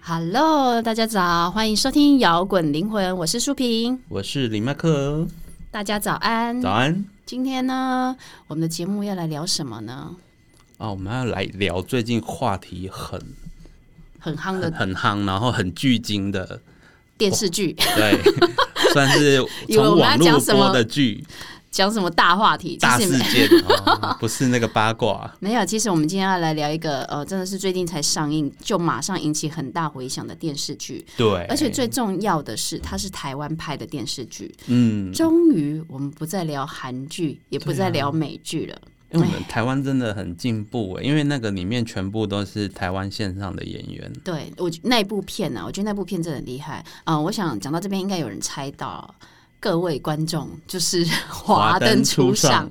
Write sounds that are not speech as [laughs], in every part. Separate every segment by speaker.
Speaker 1: Hello，大家早，欢迎收听《摇滚灵魂》，我是舒萍，
Speaker 2: 我是李麦克，
Speaker 1: 大家早安。
Speaker 2: 早安
Speaker 1: 今天呢，我们的节目要来聊什么呢？
Speaker 2: 啊！我们要来聊最近话题很
Speaker 1: 很夯
Speaker 2: 很
Speaker 1: 的
Speaker 2: 很夯，然后很巨精的，
Speaker 1: [laughs] 电视剧， [laughs]
Speaker 2: 对，算是
Speaker 1: 以为我
Speaker 2: 从
Speaker 1: 们要
Speaker 2: 网络
Speaker 1: 讲什么
Speaker 2: 播的剧
Speaker 1: 讲什么大话题？
Speaker 2: 大
Speaker 1: 其
Speaker 2: 事
Speaker 1: 实没 [laughs]
Speaker 2: 件，哦不是那个八卦。
Speaker 1: 没有，其实我们今天要来聊一个呃，真的是最近才上映，就马上引起很大回响的电视剧。
Speaker 2: 对，
Speaker 1: 而且最重要的是，它是台湾拍的电视剧。
Speaker 2: 嗯，啊
Speaker 1: 终于，我们不再聊韩剧，也不再聊美剧了。
Speaker 2: 因为我们台湾真的很进步欸耶，因为那个里面全部都是台湾线上的演员。
Speaker 1: 对我觉那一部片呢、啊我觉得那部片真的很厉害啊、呃我想讲到这边，应该有人猜到，各位观众就是 [laughs] 《华灯初上》。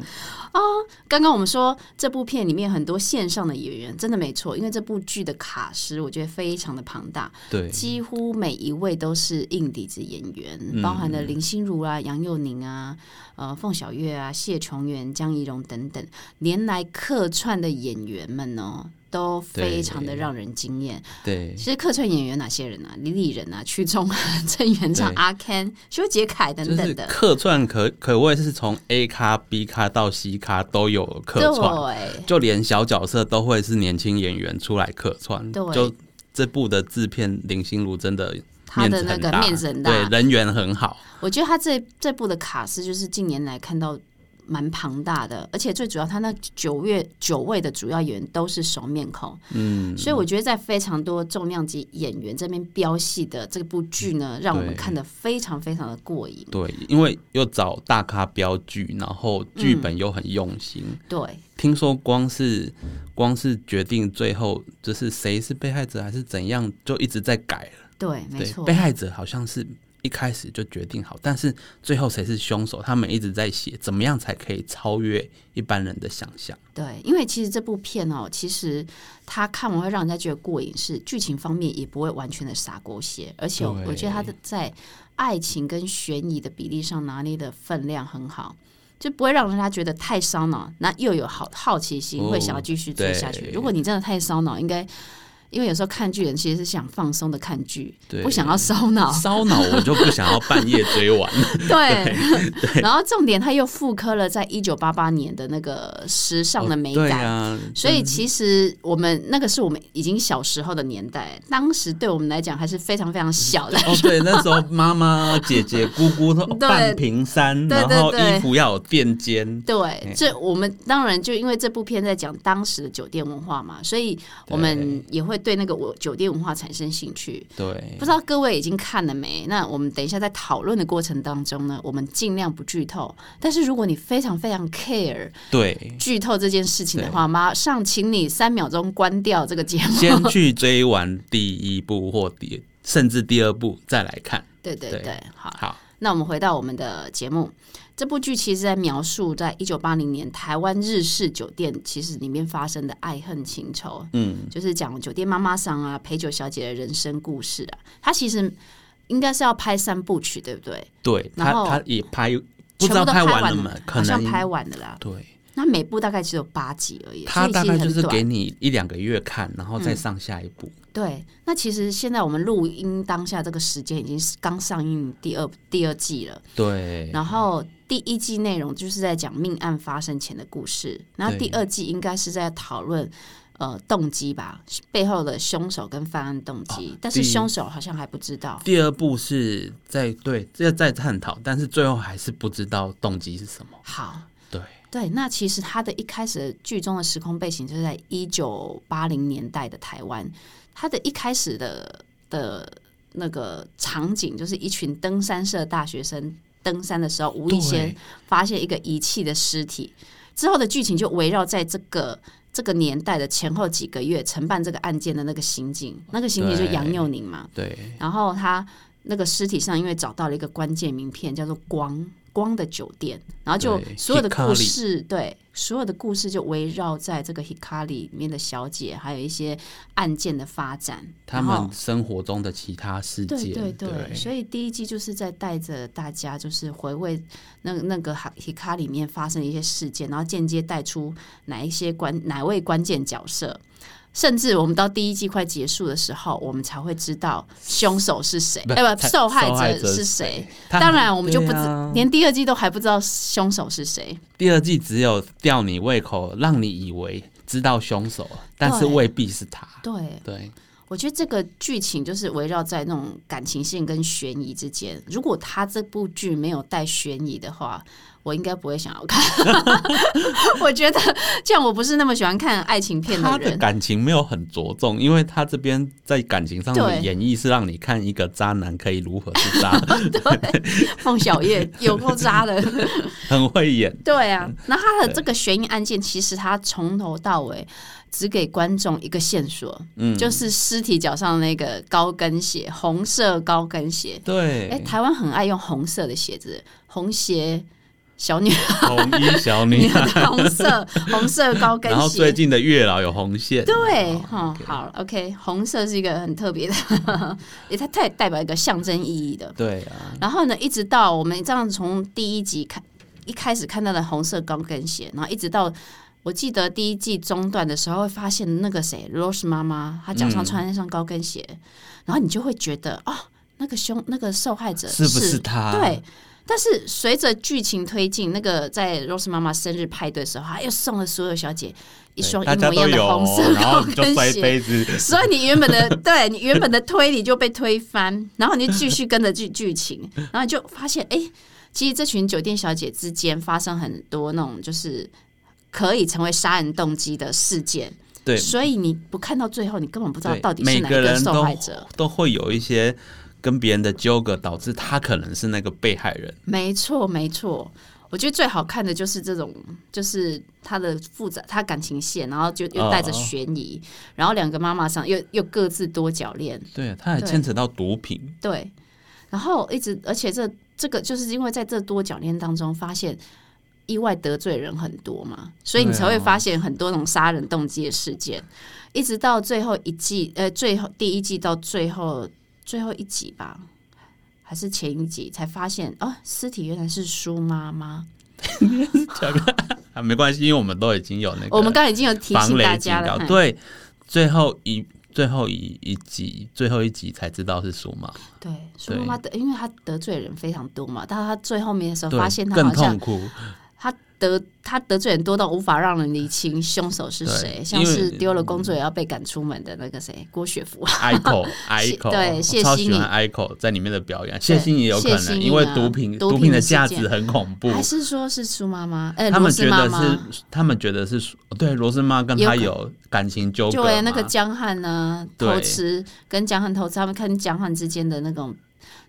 Speaker 1: 刚刚我们说这部片里面很多线上的演员，真的没错，因为这部剧的卡司我觉得非常的庞大，
Speaker 2: 对，
Speaker 1: 几乎每一位都是硬底子演员，
Speaker 2: 嗯
Speaker 1: 包含了林心如啊、杨佑宁啊、呃凤小岳啊、谢琼元、江宜蓉等等，连来客串的演员们呢，都非常的
Speaker 2: 对
Speaker 1: 让人惊艳。
Speaker 2: 对，
Speaker 1: 其实客串演员有哪些人啊？李李仁啊、屈中啊、 [laughs] 郑元畅、
Speaker 2: 对
Speaker 1: 阿 Ken、修杰楷等
Speaker 2: 就是
Speaker 1: 等的。
Speaker 2: 客串可可谓是从 A 咖、B 咖到 C 咖都有客串。
Speaker 1: 对，
Speaker 2: 就连小角色都会是年轻演员出来客串。
Speaker 1: 对
Speaker 2: 就这部的制片林心如真的
Speaker 1: 他
Speaker 2: 面
Speaker 1: 的
Speaker 2: 子
Speaker 1: 那
Speaker 2: 很
Speaker 1: 个
Speaker 2: 大，
Speaker 1: 面子很大。
Speaker 2: 对人缘很好。
Speaker 1: 我觉得他这这部的卡司就是近年来看到蛮庞大的，而且最主要他那九月九位的主要演员都是熟面孔，
Speaker 2: 嗯，
Speaker 1: 所以我觉得在非常多重量级演员这边飙戏的这部剧呢，让我们
Speaker 2: 对
Speaker 1: 看得非常非常的过瘾。
Speaker 2: 对，因为又找大咖标剧，然后剧本又很用心。
Speaker 1: 对，
Speaker 2: 听说光是光是决定最后就是谁是被害者还是怎样，就一直在改了。
Speaker 1: 对，没
Speaker 2: 对，
Speaker 1: 错
Speaker 2: 被。害者好像是。一开始就决定好，但是最后谁是凶手，他们一直在写怎么样才可以超越一般人的想象。
Speaker 1: 对，因为其实这部片哦，其实它看完会让人家觉得过瘾，是剧情方面也不会完全的洒狗血，而且我
Speaker 2: 对
Speaker 1: 我觉得它的在爱情跟悬疑的比例上拿捏的分量很好，就不会让人家觉得太烧脑，那又有好好奇心，
Speaker 2: 哦
Speaker 1: 会想要继续追下去。
Speaker 2: 对
Speaker 1: 如果你真的太烧脑，应该因为有时候看剧人其实是想放松的看剧，
Speaker 2: 对，。
Speaker 1: 不想要烧脑 [laughs]
Speaker 2: 烧脑我就不想要半夜追完。
Speaker 1: 对，
Speaker 2: [laughs]
Speaker 1: 然后重点它又复刻了在一九八八年的那个时尚的美
Speaker 2: 对
Speaker 1: 感。
Speaker 2: 啊，
Speaker 1: 所以其实我们那个是我们已经小时候的年代，当时对我们来讲还是非常非常小的。
Speaker 2: 哦对，那时候妈妈、姐姐、姑姑都
Speaker 1: [laughs] 对
Speaker 2: 半平衫，
Speaker 1: 对
Speaker 2: 然
Speaker 1: 对
Speaker 2: 后
Speaker 1: 对
Speaker 2: 衣服要有垫
Speaker 1: [laughs]
Speaker 2: 肩。
Speaker 1: 对，这我们当然就因为这部片在讲当时的酒店文化嘛，所以我们也会对那个我酒店文化产生兴趣。
Speaker 2: 对
Speaker 1: 不，知道各位已经看了没？那我们等一下在讨论的过程当中呢，我们尽量不剧透。但是如果你非常非常 care
Speaker 2: 对，
Speaker 1: 剧透这件事情的话，马上请你三秒钟关掉这个节目。
Speaker 2: 先去追完第一部或第甚至第二部再来看。
Speaker 1: 对对
Speaker 2: 对
Speaker 1: 对， [laughs] 好。
Speaker 2: 好，
Speaker 1: 那我们回到我们的节目，这部剧其实在描述在一九八零年台湾日式酒店其实里面发生的爱恨情仇，
Speaker 2: 嗯，
Speaker 1: 就是讲酒店妈妈桑啊、陪酒小姐的人生故事啊。它其实应该是要拍三部曲，对不对？
Speaker 2: 对他
Speaker 1: 然后
Speaker 2: 他也拍，
Speaker 1: 全
Speaker 2: 不知
Speaker 1: 部
Speaker 2: 道
Speaker 1: 都
Speaker 2: 拍
Speaker 1: 完
Speaker 2: 了没？可
Speaker 1: 好像
Speaker 2: 能
Speaker 1: 拍完了啦。
Speaker 2: 对。
Speaker 1: 那每部大概只有八集而已，
Speaker 2: 他
Speaker 1: 所
Speaker 2: 大
Speaker 1: 以其
Speaker 2: 概
Speaker 1: 实
Speaker 2: 就
Speaker 1: 很
Speaker 2: 是
Speaker 1: 短。嗯
Speaker 2: 给你一两个月看，然后再上下一部。
Speaker 1: 对，那其实现在我们录音当下这个时间已经是刚上映第二第二季了。
Speaker 2: 对，
Speaker 1: 然后第一季内容就是在讲命案发生前的故事，然后第二季应该是在讨论呃动机吧，背后的凶手跟犯案动机，但是
Speaker 2: 啊第一
Speaker 1: 凶手好像还不知道。
Speaker 2: 第二步是在对这在探讨，但是最后还是不知道动机是什么。
Speaker 1: 好，
Speaker 2: 对
Speaker 1: 对，那其实他的一开始的剧中的时空背景就是在一九八零年代的台湾，他的一开始的的那个场景就是一群登山社大学生登山的时候，无意间
Speaker 2: 对
Speaker 1: 发现一个遗弃的尸体，之后的剧情就围绕在这个。这个年代的前后几个月，承办这个案件的那个刑警，那个刑警就是
Speaker 2: 对
Speaker 1: 杨佑宁嘛，
Speaker 2: 对
Speaker 1: 然后他那个尸体上因为找到了一个关键名片，叫做“光光的酒店”，然后就
Speaker 2: 对
Speaker 1: 所有的故
Speaker 2: Hikari
Speaker 1: 事，对所有的故事就围绕在这个 Hikari 里面的小姐，还有一些案件的发展。
Speaker 2: 他
Speaker 1: 然后
Speaker 2: 们生活中的其他世
Speaker 1: 对
Speaker 2: 界，
Speaker 1: 对对，所以第一季就是在带着大家就是回味那那个 Hikari 里面发生的一些事件，然后间接带出哪一些关哪位关键角色。甚至我们到第一季快结束的时候，我们才会知道凶手是谁，
Speaker 2: 不
Speaker 1: 哎、不，
Speaker 2: 才
Speaker 1: 受
Speaker 2: 受害
Speaker 1: 害
Speaker 2: 者
Speaker 1: 是
Speaker 2: 是
Speaker 1: 谁。
Speaker 2: 他
Speaker 1: 当然，我们就不知、
Speaker 2: 对啊
Speaker 1: 连第二季都还不知道凶手是谁。
Speaker 2: 第二季只有吊你胃口，让你以为知道凶手，但是
Speaker 1: 对
Speaker 2: 未必是他。
Speaker 1: 对，
Speaker 2: 对，
Speaker 1: 我觉得这个剧情就是围绕在那种感情线跟悬疑之间。如果他这部剧没有带悬疑的话，我应该不会想要看。 [laughs] 我觉得这样我不是那么喜欢看爱情片
Speaker 2: 他的
Speaker 1: 人。
Speaker 2: 感情没有很着重，因为他这边在感情上的
Speaker 1: 对
Speaker 2: 演绎是让你看一个渣男可以如何
Speaker 1: [laughs]
Speaker 2: 是渣，
Speaker 1: 凤小
Speaker 2: [laughs]
Speaker 1: 岳有够渣的。
Speaker 2: 很会演。
Speaker 1: 对
Speaker 2: [laughs]
Speaker 1: 啊，那他的这个悬疑案件，其实他从头到尾只给观众一个线索，
Speaker 2: 嗯
Speaker 1: 就是尸体脚上那个高跟鞋，红色高跟鞋。
Speaker 2: 对，
Speaker 1: 哎、台湾很爱用红色的鞋子，红鞋小女
Speaker 2: [laughs]
Speaker 1: 孩，
Speaker 2: 红衣小
Speaker 1: [laughs]
Speaker 2: 女孩。
Speaker 1: 红
Speaker 2: [laughs]
Speaker 1: 色红色高跟
Speaker 2: 然后最
Speaker 1: 鞋。
Speaker 2: 近的月老有红线，
Speaker 1: 对，
Speaker 2: 哦
Speaker 1: 哈、
Speaker 2: OK
Speaker 1: 好，OK，红色是一个很特别的， [laughs] 也它太代表一个象征意义的。
Speaker 2: 对啊，
Speaker 1: 然后呢，一直到我们这样从第一集看一开始看到的红色高跟鞋，然后一直到我记得第一季中段的时候，会发现那个谁 Rose 妈妈她脚上
Speaker 2: 嗯
Speaker 1: 穿那双高跟鞋，然后你就会觉得哦，那个凶那个受害者
Speaker 2: 是不是他？
Speaker 1: 呃对。但是随着剧情推进，那个在 Rose 妈妈生日派对的时候，她又送了所有小姐一
Speaker 2: 对，
Speaker 1: 双
Speaker 2: 大
Speaker 1: 一
Speaker 2: 家
Speaker 1: 模一
Speaker 2: 都
Speaker 1: 样的
Speaker 2: 有
Speaker 1: 红
Speaker 2: 哦，
Speaker 1: 色
Speaker 2: 然
Speaker 1: 高
Speaker 2: 后你就
Speaker 1: 跟
Speaker 2: 摔
Speaker 1: 鞋。
Speaker 2: 杯子，
Speaker 1: 所以你原本的对你原本的推理就被推翻，然后你就继续跟着剧剧情，然后你就发现哎、诶其实这群酒店小姐之间发生很多那种就是可以成为杀人动机的事件，
Speaker 2: 对，
Speaker 1: 所以你不看到最后，你根本不知道
Speaker 2: 对
Speaker 1: 到底是
Speaker 2: 每
Speaker 1: 哪一
Speaker 2: 个人
Speaker 1: 受
Speaker 2: 都
Speaker 1: 害者。
Speaker 2: 都会有一些跟别人的纠葛，导致他可能是那个被害人。
Speaker 1: 没错，没错。我觉得最好看的就是这种，就是他的复杂，他感情线，然后就又带着
Speaker 2: 哦哦
Speaker 1: 悬疑，然后两个妈妈上又又各自多角恋，
Speaker 2: 对，啊他还
Speaker 1: 对
Speaker 2: 牵扯到毒品，
Speaker 1: 对，然后一直，而且这这个就是因为在这多角恋当中发现意外得罪人很多嘛，所以你
Speaker 2: 对
Speaker 1: 才会
Speaker 2: 啊
Speaker 1: 发现很多那种杀人动机的事件，一直到最后一季，呃，最后第一季到最后最后一集吧。还是前一集才发现哦，尸体原来是舒妈妈。
Speaker 2: 啊，没关系，因为我们都已经有那个
Speaker 1: 我们刚刚已经有提
Speaker 2: 防
Speaker 1: 醒大
Speaker 2: 雷警
Speaker 1: 家
Speaker 2: 告
Speaker 1: 了，，哎嗯嘿
Speaker 2: 对，最后一最后一一集最后一集才知道是苏妈，
Speaker 1: 对，舒妈妈得，因为她得罪人非常多嘛，但她最后面的时候
Speaker 2: 对，
Speaker 1: 发现她
Speaker 2: 更
Speaker 1: 好像
Speaker 2: 痛苦，
Speaker 1: 他得他得罪人多到无法让人理清凶手是谁，
Speaker 2: 对
Speaker 1: 像
Speaker 2: 因为嗯
Speaker 1: 是丢了工作也要被赶出门的那个谁郭雪芙，啊
Speaker 2: i c
Speaker 1: [laughs]
Speaker 2: o i
Speaker 1: 谢
Speaker 2: c o
Speaker 1: 对谢
Speaker 2: 我超喜
Speaker 1: 欣
Speaker 2: 欢
Speaker 1: 怡
Speaker 2: i c o 在里面的表演，谢欣怡也有可
Speaker 1: 谢
Speaker 2: 能
Speaker 1: 欣怡
Speaker 2: 因为
Speaker 1: 啊
Speaker 2: 毒品
Speaker 1: 毒品
Speaker 2: 品的
Speaker 1: 事件
Speaker 2: 价值很恐怖，
Speaker 1: 还是说是苏妈妈？哎、
Speaker 2: 他
Speaker 1: 罗
Speaker 2: 们
Speaker 1: 斯
Speaker 2: 觉
Speaker 1: 妈
Speaker 2: 得
Speaker 1: 妈。
Speaker 2: 是，他们觉得是苏对罗斯妈跟
Speaker 1: 也有
Speaker 2: 他
Speaker 1: 可
Speaker 2: 有感情纠葛
Speaker 1: 就
Speaker 2: 嘛，
Speaker 1: 那个江汉呢、
Speaker 2: 对
Speaker 1: 偷吃跟江汉偷吃，他们看江汉之间的那种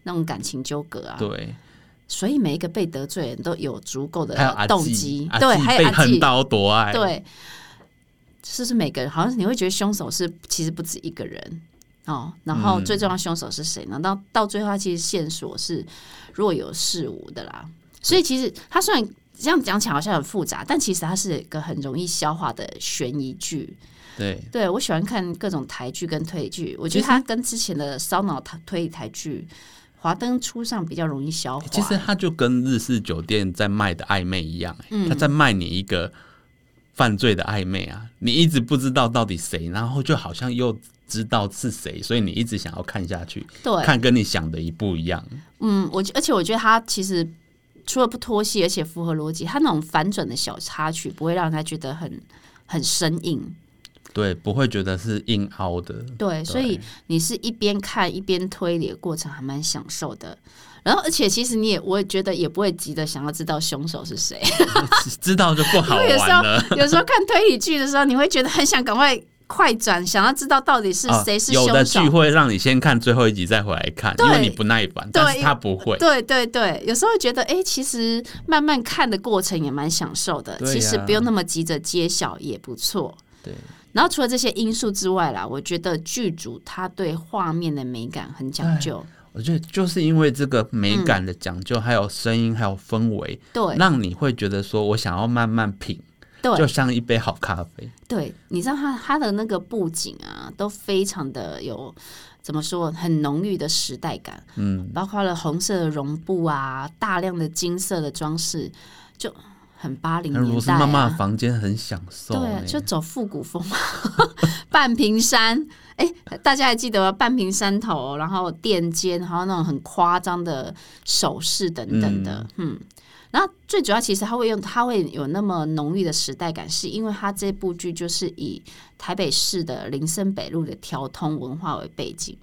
Speaker 1: 那种感情纠葛啊，
Speaker 2: 对，
Speaker 1: 所以每一个被得罪人都有足够的
Speaker 2: 还有阿
Speaker 1: 动
Speaker 2: 纪
Speaker 1: 机，，
Speaker 2: 阿
Speaker 1: 对，
Speaker 2: 纪
Speaker 1: 还
Speaker 2: 被
Speaker 1: 有阿
Speaker 2: 横
Speaker 1: 纪，
Speaker 2: 刀夺爱，
Speaker 1: 对，是不是每个人好像你会觉得凶手是其实不止一个人哦，然后
Speaker 2: 嗯
Speaker 1: 最重要凶手是谁呢？到到最后，他其实线索是若有似无的啦。所以其实他虽然这样讲起来好像很复杂，但其实它是一个很容易消化的悬疑剧。
Speaker 2: 对
Speaker 1: 对我喜欢看各种台剧跟推理剧，我觉得它跟之前的烧脑台推理台剧《华灯初上》比较容易消化。
Speaker 2: 其实他就跟日式酒店在卖的暧昧一样、欸，
Speaker 1: 嗯
Speaker 2: 他在卖你一个犯罪的暧昧啊，你一直不知道到底谁，然后就好像又知道是谁，所以你一直想要看下去，
Speaker 1: 对，
Speaker 2: 看跟你想的一不一样。
Speaker 1: 嗯，我觉而且我觉得他其实除了不脱戏，而且符合逻辑，他那种反转的小插曲不会让人家觉得很很生硬。
Speaker 2: 对，不会觉得是硬凹的， [laughs]
Speaker 1: 对，所以你是一边看一边推理的过程，还蛮享受的。然后，而且其实你也，我也觉得也不会急着想要知道凶手是谁。 [laughs]
Speaker 2: 知道就不好
Speaker 1: 因为有时
Speaker 2: 玩了。
Speaker 1: 候，有时候看推理剧的时候，你会觉得很想赶快快转，想要知道到底是
Speaker 2: 啊
Speaker 1: 谁是
Speaker 2: 有的
Speaker 1: 凶手。
Speaker 2: 剧会让你先看最后一集再回来看，
Speaker 1: 对
Speaker 2: 因为你不耐烦，
Speaker 1: 对
Speaker 2: 但是他不会。
Speaker 1: 对对对，有时候觉得，哎、其实慢慢看的过程也蛮享受的，
Speaker 2: 对呀
Speaker 1: 其实不用那么急着揭晓也不错。
Speaker 2: 对。
Speaker 1: 然后除了这些因素之外啦，我觉得剧组他对画面的美感很讲究，
Speaker 2: 我觉得就是因为这个美感的讲究，还有声音，还有氛围，
Speaker 1: 对
Speaker 2: 让你会觉得说我想要慢慢品，就
Speaker 1: 对
Speaker 2: 像一杯好咖啡。
Speaker 1: 对，你知道他他的那个布景啊，都非常的有怎么说，很浓郁的时代感，
Speaker 2: 嗯，
Speaker 1: 包括了红色的绒布啊，大量的金色的装饰，就很八零
Speaker 2: 罗
Speaker 1: 年
Speaker 2: 斯
Speaker 1: 代、啊，
Speaker 2: 妈妈的房间很享受欸呢、
Speaker 1: 对，就走复古风 [laughs] 嘛，半屏山。哎、大家还记得半屏山头，然后垫肩，然后那种很夸张的首饰等等的，嗯。然后最主要，其实它会用，它会有那么浓郁的时代感，是因为它这部剧就是以台北市的林森北路的调通文化为背景。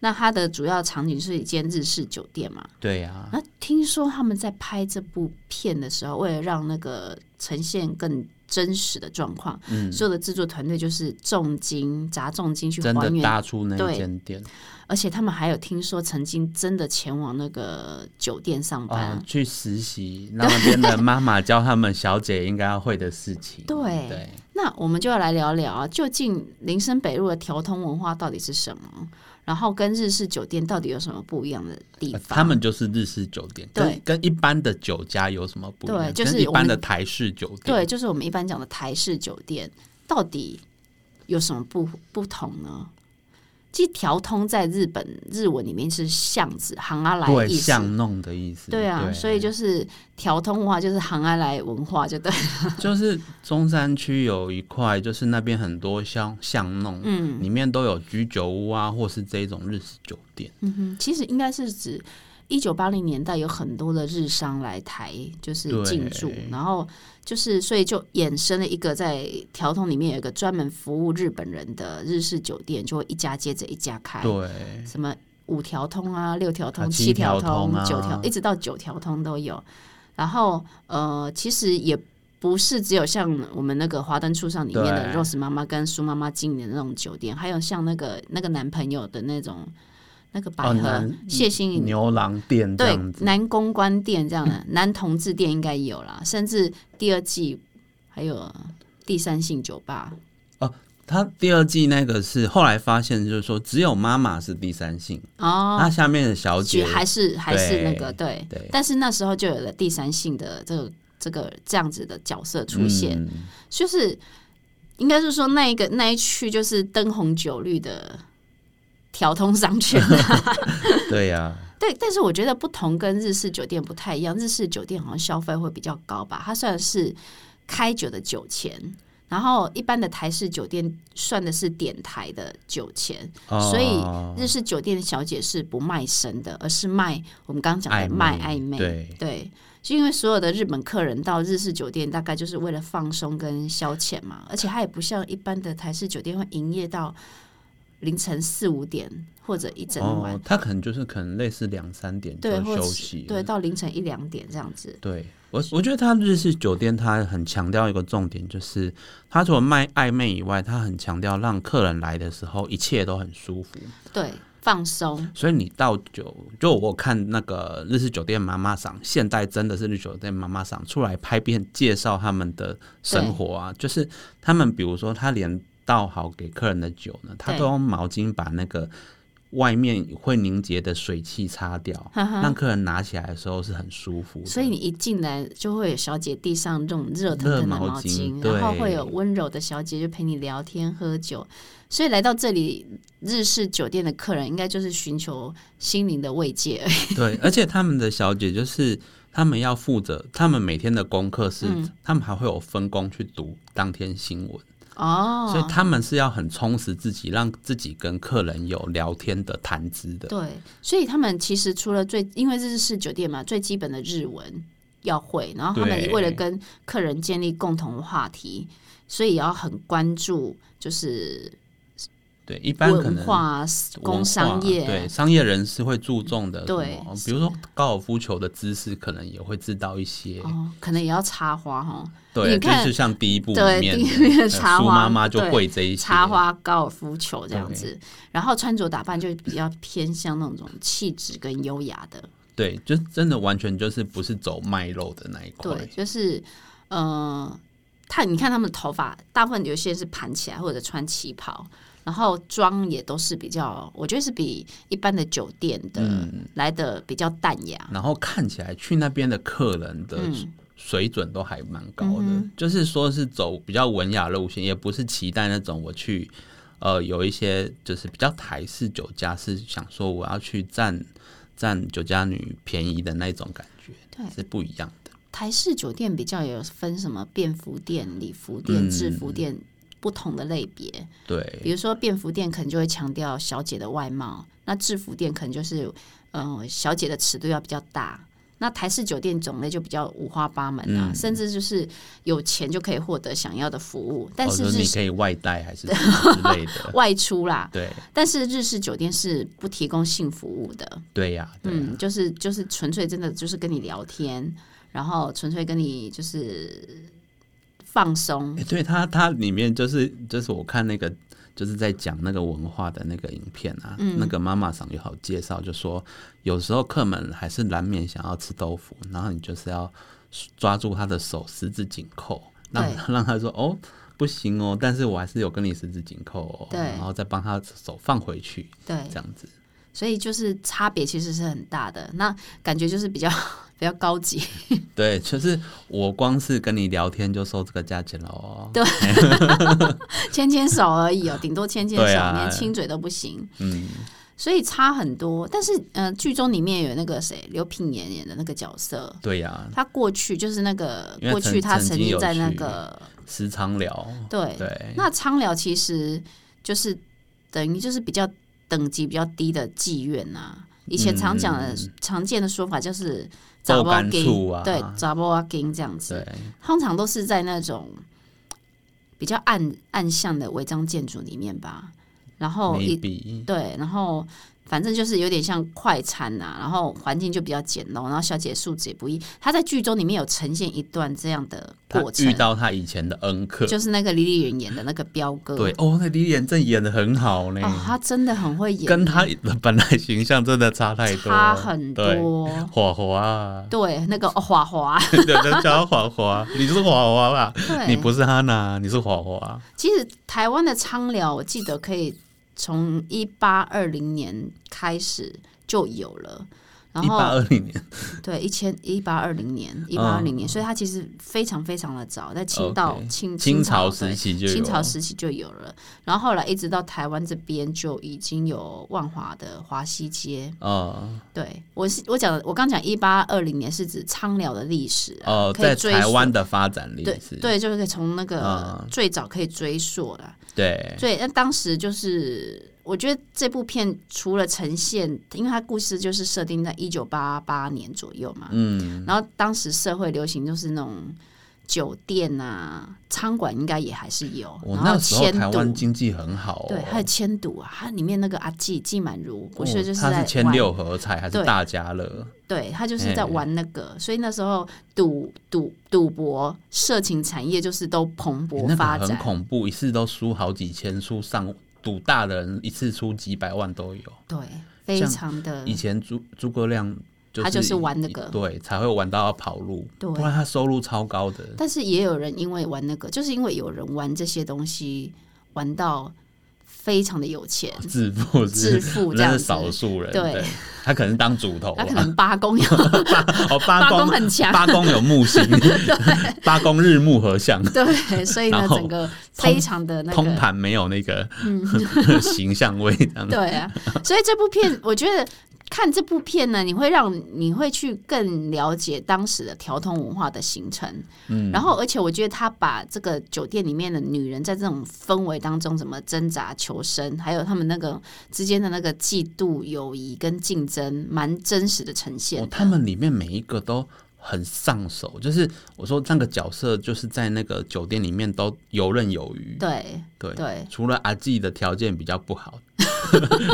Speaker 1: 那它的主要场景是一间日式酒店嘛，
Speaker 2: 对啊呀、
Speaker 1: 那听说他们在拍这部片的时候，为了让那个呈现更真实的状况，
Speaker 2: 嗯
Speaker 1: 所有的制作团队就是重金砸重金去
Speaker 2: 真
Speaker 1: 还
Speaker 2: 的
Speaker 1: 原，
Speaker 2: 搭出那一间店啊
Speaker 1: 而且他们还有听说曾经真的前往那个酒店上班。
Speaker 2: 啊，去实习，那那边的妈妈教他们小姐应该要会的事情。
Speaker 1: 对
Speaker 2: 对，
Speaker 1: 那我们就要来聊聊啊，究竟林森北路的调通文化到底是什么？然后跟日式酒店到底有什么不一样的地
Speaker 2: 呃
Speaker 1: 方？
Speaker 2: 他们就是日式酒店，
Speaker 1: 对
Speaker 2: 跟跟一般的酒家有什么不一样？
Speaker 1: 对就是
Speaker 2: 跟一
Speaker 1: 我们
Speaker 2: 般的台式酒店。
Speaker 1: 对，就是我们一般讲的台式酒店，到底有什么不不同呢？其实调通在日本日文里面是巷子、行啊阿来的
Speaker 2: 对，
Speaker 1: 意思。
Speaker 2: 巷弄的意思。
Speaker 1: 对啊，所以就是调通文化就是行阿来文化，就对。
Speaker 2: [laughs] 就是中山区有一块，就是那边很多巷巷弄，嗯，里面都有居酒屋啊，或是这一种日式酒店。
Speaker 1: 嗯哼，其实应该是指一九八零年代有很多的日商来台就是
Speaker 2: 对
Speaker 1: 进驻，然后就是所以就衍生了一个在调通里面有一个专门服务日本人的日式酒店，就会一家接着一家开。
Speaker 2: 对，
Speaker 1: 什么五条通啊、六条通、
Speaker 2: 啊
Speaker 1: 七
Speaker 2: 七
Speaker 1: 条
Speaker 2: 条
Speaker 1: 通、
Speaker 2: 通啊
Speaker 1: 九条，一直到九条通都有。然后呃，其实也不是只有像我们那个《华灯初上》里面的
Speaker 2: 对
Speaker 1: Rose 妈妈跟苏妈妈经营的那种酒店，还有像那个那个男朋友的那种那个百
Speaker 2: 哦
Speaker 1: 合、
Speaker 2: 男
Speaker 1: 谢欣颖。
Speaker 2: 牛郎店这
Speaker 1: 对
Speaker 2: 样子。
Speaker 1: 男公关店这样的， [laughs] 男同志店应该也有啦，甚至第二季还有第三性酒吧，
Speaker 2: 他第二季那个是后来发现，就是说只有妈妈是第三性，
Speaker 1: 哦，
Speaker 2: 那下面的小
Speaker 1: 举
Speaker 2: 姐
Speaker 1: 还是还是那个对
Speaker 2: 啊对
Speaker 1: 但是那时候就有了第三性的这个这个这样子的角色出现，
Speaker 2: 嗯
Speaker 1: 就是应该是说那一个那一区就是灯红酒绿的调通商圈、
Speaker 2: [laughs] 对啊呀、
Speaker 1: 对，但是我觉得不同跟日式酒店不太一样，日式酒店好像消费会比较高吧，它算是开酒的酒钱。然后一般的台式酒店算的是点台的酒钱，
Speaker 2: 哦
Speaker 1: 所以日式酒店的小姐是不卖身的，而是卖我们刚刚讲的
Speaker 2: 暧
Speaker 1: 卖
Speaker 2: 昧
Speaker 1: 暧昧。
Speaker 2: 对
Speaker 1: 对，是因为所有的日本客人到日式酒店，大概就是为了放松跟消遣嘛，而且它也不像一般的台式酒店会营业到凌晨四五点或者一整晚，
Speaker 2: 哦，他可能就是可能类似两三点就
Speaker 1: 对，或
Speaker 2: 休
Speaker 1: 者是
Speaker 2: 息嗯了，
Speaker 1: 对到凌晨一两点这样子。
Speaker 2: 对我，我觉得他日式酒店，他很强调一个重点，就是他除了卖暧昧以外，他很强调让客人来的时候一切都很舒服。
Speaker 1: 对，放松。
Speaker 2: 所以你到酒，就我看那个日式酒店妈妈桑，现代真的是日式酒店妈妈桑出来拍片介绍他们的生活啊，就是他们比如说他连倒好给客人的酒呢，他
Speaker 1: 对
Speaker 2: 都用毛巾把那个。外面会凝结的水汽擦掉，
Speaker 1: [laughs] 哈哈
Speaker 2: 让客人拿起来的时候是很舒服的。
Speaker 1: 所以你一进来就会有小姐递上这种热腾
Speaker 2: 热
Speaker 1: 腾的
Speaker 2: 毛
Speaker 1: 毛
Speaker 2: 巾
Speaker 1: 然后
Speaker 2: 对
Speaker 1: 会有温柔的小姐就陪你聊天喝酒。所以来到这里日式酒店的客人，应该就是寻求心灵的慰藉而已。
Speaker 2: 对， [laughs] 而且他们的小姐就是他们要负责，他们每天的功课是，他们还会有分工去读当天新闻，
Speaker 1: 哦，
Speaker 2: 所以他们是要很充实自己，让自己跟客人有聊天的谈资的。
Speaker 1: 对，所以他们其实除了最，因为日式酒店嘛，最基本的日文要会，然后他们
Speaker 2: 对
Speaker 1: 为了跟客人建立共同话题，所以也要很关注就是
Speaker 2: 对，一般可
Speaker 1: 文
Speaker 2: 能
Speaker 1: 化啊、工商业嗯
Speaker 2: 文化对商业人士会注重的什么，
Speaker 1: 对
Speaker 2: 比如说高尔夫球的知识，可能也会知道一些。
Speaker 1: 哦，可能也要插花哈，你
Speaker 2: 对，就
Speaker 1: 看
Speaker 2: 是像第一部
Speaker 1: 对
Speaker 2: 里面
Speaker 1: 第一
Speaker 2: 的
Speaker 1: 面
Speaker 2: 呃
Speaker 1: 插
Speaker 2: 苏
Speaker 1: 花
Speaker 2: 妈妈就
Speaker 1: 对
Speaker 2: 会这一些
Speaker 1: 插花、高尔夫球这样子，然后穿着打扮就比较偏向那种气质跟优雅的。
Speaker 2: 对，就真的完全就是不是走卖肉的那一块。
Speaker 1: 对，就是呃，他你看他们头发，大部分有些是盘起来或者穿旗袍，然后妆也都是比较，我觉得是比一般的酒店的、
Speaker 2: 嗯
Speaker 1: 来的比较淡雅。
Speaker 2: 然后看起来去那边的客人的
Speaker 1: 嗯
Speaker 2: 水准都还蛮高的，就是说是走比较文雅路线，也不是期待那种我去呃有一些就是比较台式酒家是想说我要去占占酒家女便宜的那种感觉，
Speaker 1: 对
Speaker 2: 是不一样的。
Speaker 1: 台式酒店比较有分什么便服店、礼服店、
Speaker 2: 嗯
Speaker 1: 制服店不同的类别。比
Speaker 2: 对，
Speaker 1: 如说便服店可能就会强调小姐的外貌，那制服店可能就是嗯、呃小姐的尺度要比较大。那台式酒店种类就比较五花八门啊，
Speaker 2: 嗯
Speaker 1: 甚至就是有钱就可以获得想要的服务，但
Speaker 2: 或
Speaker 1: 是
Speaker 2: 者
Speaker 1: 日
Speaker 2: 哦你
Speaker 1: 式
Speaker 2: 可以外带还是什么之
Speaker 1: [laughs]
Speaker 2: 类的，
Speaker 1: 外出啦，
Speaker 2: 对
Speaker 1: 但是日式酒店是不提供性服务的，
Speaker 2: 对呀、对啊呀、
Speaker 1: 嗯，就是就是纯粹真的就是跟你聊天，然后纯粹跟你就是放松，
Speaker 2: 欸对它它里面就是就是我看那个就是在讲那个文化的那个影片啊，
Speaker 1: 嗯
Speaker 2: 那个妈妈桑有好介绍，就说有时候客们还是难免想要吃豆腐，然后你就是要抓住他的手，十指紧扣，让
Speaker 1: 对
Speaker 2: 让他 [laughs] 说哦。不行哦，但是我还是有跟你十指紧扣哦，
Speaker 1: 对
Speaker 2: 然后再帮他手放回去，
Speaker 1: 对，
Speaker 2: 这样子。
Speaker 1: 所以就是差别其实是很大的，那感觉就是比较 [laughs] 比较高级，
Speaker 2: 对，就是我光是跟你聊天就收这个价钱了哦。
Speaker 1: 对牵牵手而已哦，顶 [laughs] 多牵牵
Speaker 2: 对
Speaker 1: 手，
Speaker 2: 啊
Speaker 1: 连亲嘴都不行，
Speaker 2: 嗯，
Speaker 1: 所以差很多。但是呃，剧中里面有那个谁，刘品言演的那个角色。
Speaker 2: 对呀、
Speaker 1: 他过去就是那个
Speaker 2: 因为
Speaker 1: 过去，
Speaker 2: 曾
Speaker 1: 他
Speaker 2: 曾
Speaker 1: 曾
Speaker 2: 经
Speaker 1: 经
Speaker 2: 有
Speaker 1: 在那
Speaker 2: 去
Speaker 1: 个
Speaker 2: 时常聊，
Speaker 1: 对
Speaker 2: 对，
Speaker 1: 那苍寮其实就是等于就是比较等级比较低的妓院呐、以前常讲的、常见的说法就是
Speaker 2: 嗯豆
Speaker 1: 查
Speaker 2: 干
Speaker 1: 某囡
Speaker 2: 醋啊
Speaker 1: 对，杂波阿金这样子，
Speaker 2: 对。
Speaker 1: 通常都是在那种比较暗暗巷的违章建筑里面吧。然后一
Speaker 2: maybe
Speaker 1: 对，然后反正就是有点像快餐呐、然后环境就比较简陋，然后小姐素质也不一。她在剧中里面有呈现一段这样的
Speaker 2: 他
Speaker 1: 过程
Speaker 2: 遇，到他以前的恩客，
Speaker 1: 就是那个李丽媛演的那个彪哥，
Speaker 2: 对哦，那李演正演的很好呢，
Speaker 1: 哦，他真的很会演，
Speaker 2: 跟他本来形象真的差太多，
Speaker 1: 差很
Speaker 2: 对，
Speaker 1: 多。，
Speaker 2: 华华啊
Speaker 1: 对，那个、哦、华华，
Speaker 2: [laughs] 对，都叫他
Speaker 1: [laughs]
Speaker 2: 华华，你是华华吧？
Speaker 1: 对，
Speaker 2: 你不是哈娜，你是华华，
Speaker 1: 其实台湾的苍寮，我记得可以从一八二零年开始就有了，然
Speaker 2: 一八
Speaker 1: 后
Speaker 2: 二零嗯年，
Speaker 1: 对一千一八二零年一八二零年，所以它其实非常非常的早，在清道
Speaker 2: OK，
Speaker 1: 清
Speaker 2: 清朝
Speaker 1: 朝
Speaker 2: 时
Speaker 1: 期。
Speaker 2: 期就有，
Speaker 1: 清朝时期就有了，然后后来一直到台湾这边就已经有万华的华西街。
Speaker 2: 哦
Speaker 1: 对我是我讲我刚讲一八二零年是指苍寮的历史啊、
Speaker 2: 哦，
Speaker 1: 可
Speaker 2: 在
Speaker 1: 以追
Speaker 2: 台
Speaker 1: 溯
Speaker 2: 湾的发展历
Speaker 1: 对
Speaker 2: 史，
Speaker 1: 对，就是可以从那个
Speaker 2: 嗯
Speaker 1: 最早可以追溯啦。
Speaker 2: 对
Speaker 1: 所以那当时就是，我觉得这部片除了呈现，因为它故事就是设定在一九八八年左右嘛，
Speaker 2: 嗯，
Speaker 1: 然后当时社会流行就是那种酒店啊、餐馆应该也还是有，
Speaker 2: 我
Speaker 1: 哦然
Speaker 2: 哦那
Speaker 1: 后
Speaker 2: 时候
Speaker 1: 迁
Speaker 2: 台湾
Speaker 1: 都。
Speaker 2: 经济很好哦，
Speaker 1: 对，还有迁都啊，它里面那个阿季季满如，不
Speaker 2: 哦
Speaker 1: 是就是
Speaker 2: 他
Speaker 1: 在
Speaker 2: 是千
Speaker 1: 玩
Speaker 2: 六合彩还是
Speaker 1: 对
Speaker 2: 大家乐？
Speaker 1: 对他就是在玩那个，所以那时候赌赌赌博、色情产业就是都蓬
Speaker 2: 欸
Speaker 1: 勃
Speaker 2: 那
Speaker 1: 发
Speaker 2: 个很
Speaker 1: 展。
Speaker 2: 恐怖，一次都输好几千，输上赌大的人一次输几百万都有。
Speaker 1: 对，非常的
Speaker 2: 以前诸诸葛亮就是
Speaker 1: 嗯他就是玩那个
Speaker 2: 对，才会玩到要跑路，
Speaker 1: 对嗯
Speaker 2: 不然他收入超高的。
Speaker 1: 但是也有人因为玩那个，就是因为有人玩这些东西，玩到非常的有
Speaker 2: [laughs]
Speaker 1: 钱，
Speaker 2: 致富
Speaker 1: 致
Speaker 2: 是
Speaker 1: 富这
Speaker 2: 那
Speaker 1: 样
Speaker 2: 是
Speaker 1: 子。
Speaker 2: 少数人，
Speaker 1: 对
Speaker 2: 对，他可能当主头
Speaker 1: [laughs] 他
Speaker 2: 啊
Speaker 1: 可，能八公有
Speaker 2: 哦，
Speaker 1: 八
Speaker 2: 八
Speaker 1: 公
Speaker 2: 公
Speaker 1: 很强，
Speaker 2: 八公有木
Speaker 1: [laughs]
Speaker 2: 星，八公日木合相，
Speaker 1: 对，所以呢，
Speaker 2: [laughs] 然后
Speaker 1: 整个非常的那
Speaker 2: 通
Speaker 1: 个。
Speaker 2: 盘没有那个
Speaker 1: 嗯
Speaker 2: [laughs]
Speaker 1: [laughs]
Speaker 2: 形象位，这 [laughs] 样
Speaker 1: 对啊，所以这部片，我觉得看这部片呢，你会让你会去更了解当时的调通文化的形成。嗯，然后而且我觉得他把这个酒店里面的女人在这种氛围当中怎么挣扎求生，还有他们那个之间的那个嫉妒、友谊跟竞争，蛮真实的呈现
Speaker 2: 哦，。他们里面每一个都很上手，就是我说那个角色就是在那个酒店里面都游刃有余。
Speaker 1: 对
Speaker 2: 对，
Speaker 1: 对
Speaker 2: 除了阿纪的条件比较不好， [laughs]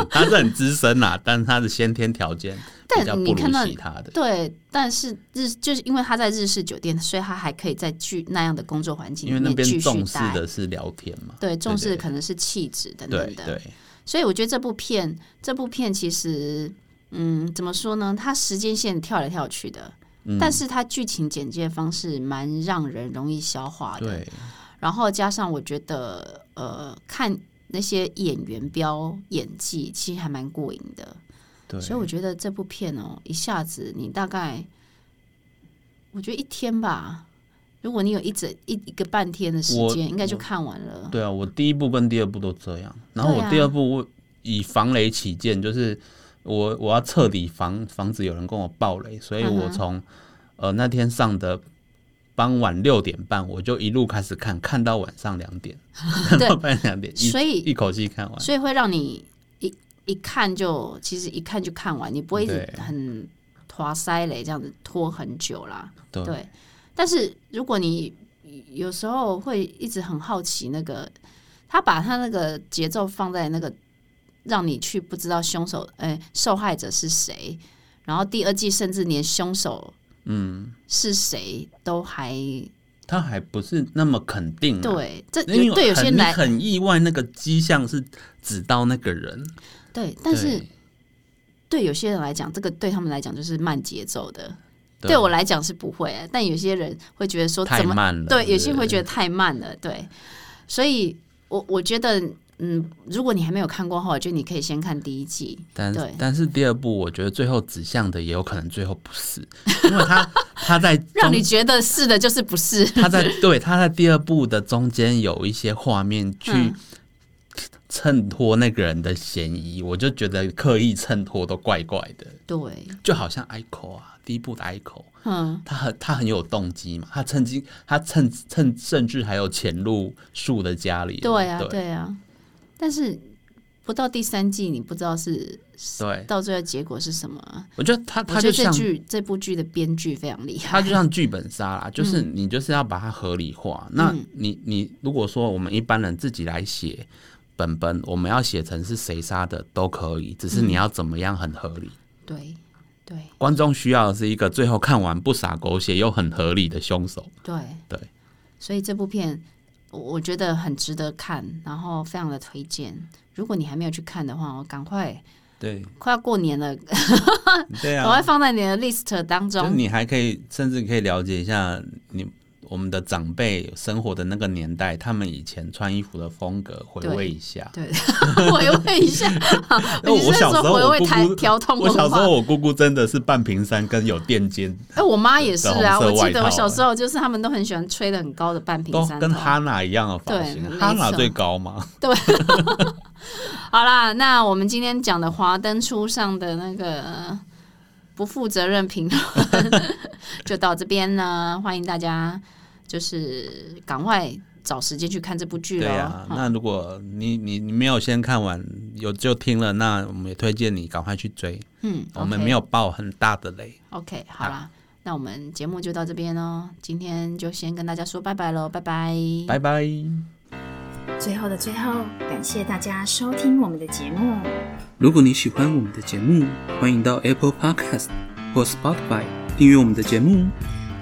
Speaker 2: 他是很资深啦，但是他的先天条件比较
Speaker 1: 但
Speaker 2: 不
Speaker 1: 你
Speaker 2: 如
Speaker 1: 看到
Speaker 2: 其他的。
Speaker 1: 对，但是日就是因为他在日式酒店，所以他还可以在剧那样的工作环境
Speaker 2: 因
Speaker 1: 里
Speaker 2: 为那
Speaker 1: 面
Speaker 2: 边
Speaker 1: 继续
Speaker 2: 重视
Speaker 1: 待。
Speaker 2: 的是聊天嘛，
Speaker 1: 对，重视
Speaker 2: 对
Speaker 1: 的可能是气质等等
Speaker 2: 对
Speaker 1: 的。
Speaker 2: 对，
Speaker 1: 所以我觉得这部片，这部片其实，嗯，怎么说呢？它时间线跳来跳去的，
Speaker 2: 嗯
Speaker 1: 但是它剧情简介方式蛮让人容易消化的。
Speaker 2: 对，
Speaker 1: 然后加上我觉得，呃，看那些演员飙演技，其实还蛮过瘾的。
Speaker 2: 对，
Speaker 1: 所以我觉得这部片哦，一下子你大概，我觉得一天吧。如果你有一整一一个半天的时
Speaker 2: 我
Speaker 1: 间，应该就看完了。
Speaker 2: 对啊，我第一部跟第二部都这样，然后
Speaker 1: 对啊
Speaker 2: 我第二部我以防雷起见，就是
Speaker 1: 嗯
Speaker 2: 我我要彻底防防止有人跟我爆雷，所以我从、呃那天上的傍晚六点半，我就一路开始看，看到晚上两
Speaker 1: [laughs]
Speaker 2: 点，看到半夜两点，一
Speaker 1: 所以
Speaker 2: 一口气看完。
Speaker 1: 所以会让你一一看就，其实一看就看完，你不会一直
Speaker 2: 对
Speaker 1: 很拖塞嘞，这样子拖很久啦。
Speaker 2: 对
Speaker 1: 对，但是如果你有时候会一直很好奇那个，他把他那个节奏放在那个，让你去不知道凶手，哎、受害者是谁，然后第二季甚至连凶手
Speaker 2: 嗯，
Speaker 1: 是谁都还
Speaker 2: 他还不是那么肯定、啊。。
Speaker 1: 对，这
Speaker 2: 因
Speaker 1: 有
Speaker 2: 为
Speaker 1: 对有些
Speaker 2: 很
Speaker 1: 来
Speaker 2: 很意外，那个迹象是指到那个人，
Speaker 1: 对，但是
Speaker 2: 对
Speaker 1: 对有些人来讲，这个对他们来讲就是慢节奏的。
Speaker 2: 对
Speaker 1: 对我来讲是不会、啊但有些人会觉得说
Speaker 2: 太
Speaker 1: 怎么
Speaker 2: 慢了，
Speaker 1: 对，有些人会觉
Speaker 2: 得
Speaker 1: 得太慢了，对。所以我我觉得，嗯，如果你还没有看过的话，我觉得你可以先看第一季。对
Speaker 2: 但但是第二部，我觉得最后指向的也有可能最后不是，因为他他在
Speaker 1: [laughs] 让
Speaker 2: 中
Speaker 1: 你觉得是的，就是不是， [laughs]
Speaker 2: 他在对他在第二部的中间有一些画面去
Speaker 1: 嗯
Speaker 2: 衬托那个人的嫌疑，我就觉得刻意衬托都怪怪的，
Speaker 1: 对，
Speaker 2: 就好像 Ico 啊，第一部的 Ico，
Speaker 1: 嗯，
Speaker 2: 他很他很有动机嘛，他趁机他趁趁甚至还有潜入树的家里，
Speaker 1: 对啊，
Speaker 2: 对
Speaker 1: 对啊。但是不到第三季，你不知道是
Speaker 2: 对，
Speaker 1: 到最后结果是什么啊。
Speaker 2: 我觉得他他
Speaker 1: 我觉
Speaker 2: 就
Speaker 1: 得这
Speaker 2: 像
Speaker 1: 剧这部剧的编剧非常厉害， [laughs]
Speaker 2: 它就像剧本杀啦，就是你就是要把它合理化。那你你如果说我们一般人自己来写本本，我们要写成是谁杀的都可以，只是你要怎么样很合理。
Speaker 1: 对对
Speaker 2: 观众需要的是一个最后看完不洒狗血又很合理的凶手。
Speaker 1: 对
Speaker 2: 对，
Speaker 1: 所以这部片我我觉得很值得看，然后非常的推荐。如果你还没有去看的话，我赶快
Speaker 2: 对
Speaker 1: 快要过年了，
Speaker 2: 对
Speaker 1: 赶快，放在你的 list 当
Speaker 2: 啊就
Speaker 1: 中。
Speaker 2: 你还可以甚至可以了解一下你。我们的长辈生活的那个年代，他们以前穿衣服的风格，回
Speaker 1: 对
Speaker 2: 味一下。
Speaker 1: 对， [laughs] 回味一下。
Speaker 2: [laughs] 那
Speaker 1: 你
Speaker 2: 哎我
Speaker 1: 是
Speaker 2: 小时
Speaker 1: 说
Speaker 2: 候
Speaker 1: 回
Speaker 2: 我
Speaker 1: 味
Speaker 2: 姑
Speaker 1: 台
Speaker 2: 姑
Speaker 1: 调通
Speaker 2: 我
Speaker 1: 文
Speaker 2: 小时
Speaker 1: 化
Speaker 2: 候，？我姑姑真的是半平山跟有垫肩，
Speaker 1: 哎，我妈也是啊，
Speaker 2: 的红
Speaker 1: 我
Speaker 2: 色
Speaker 1: 记得
Speaker 2: 外套
Speaker 1: 我小时候就是他们都很喜欢吹的很高的半瓶
Speaker 2: 都
Speaker 1: 山
Speaker 2: 跟
Speaker 1: 头
Speaker 2: 哈娜一样的发型
Speaker 1: 对。
Speaker 2: 哈
Speaker 1: 没
Speaker 2: 娜
Speaker 1: 错
Speaker 2: 最高嘛？
Speaker 1: 好啦，那我们今天讲的华灯初上的那个不负责任评论 [laughs] 就到这边呢，欢迎大家就是赶快找时间去看这部剧
Speaker 2: 对
Speaker 1: 喽。
Speaker 2: 呀、
Speaker 1: 嗯
Speaker 2: 那如果你你你没有先看完，有就听了，那我们也推荐你赶快去追。
Speaker 1: 嗯，
Speaker 2: 我们
Speaker 1: OK
Speaker 2: 没有啊爆很大的雷。
Speaker 1: OK，好啦，那我们节目就到这边哦，今天就先跟大家说拜拜喽，拜拜，
Speaker 2: 拜拜。
Speaker 3: 最后的最后，感谢大家收听我们的节目。
Speaker 4: 如果你喜欢我们的节目，欢迎到 Apple Podcast 或 Spotify 订阅我们的节目，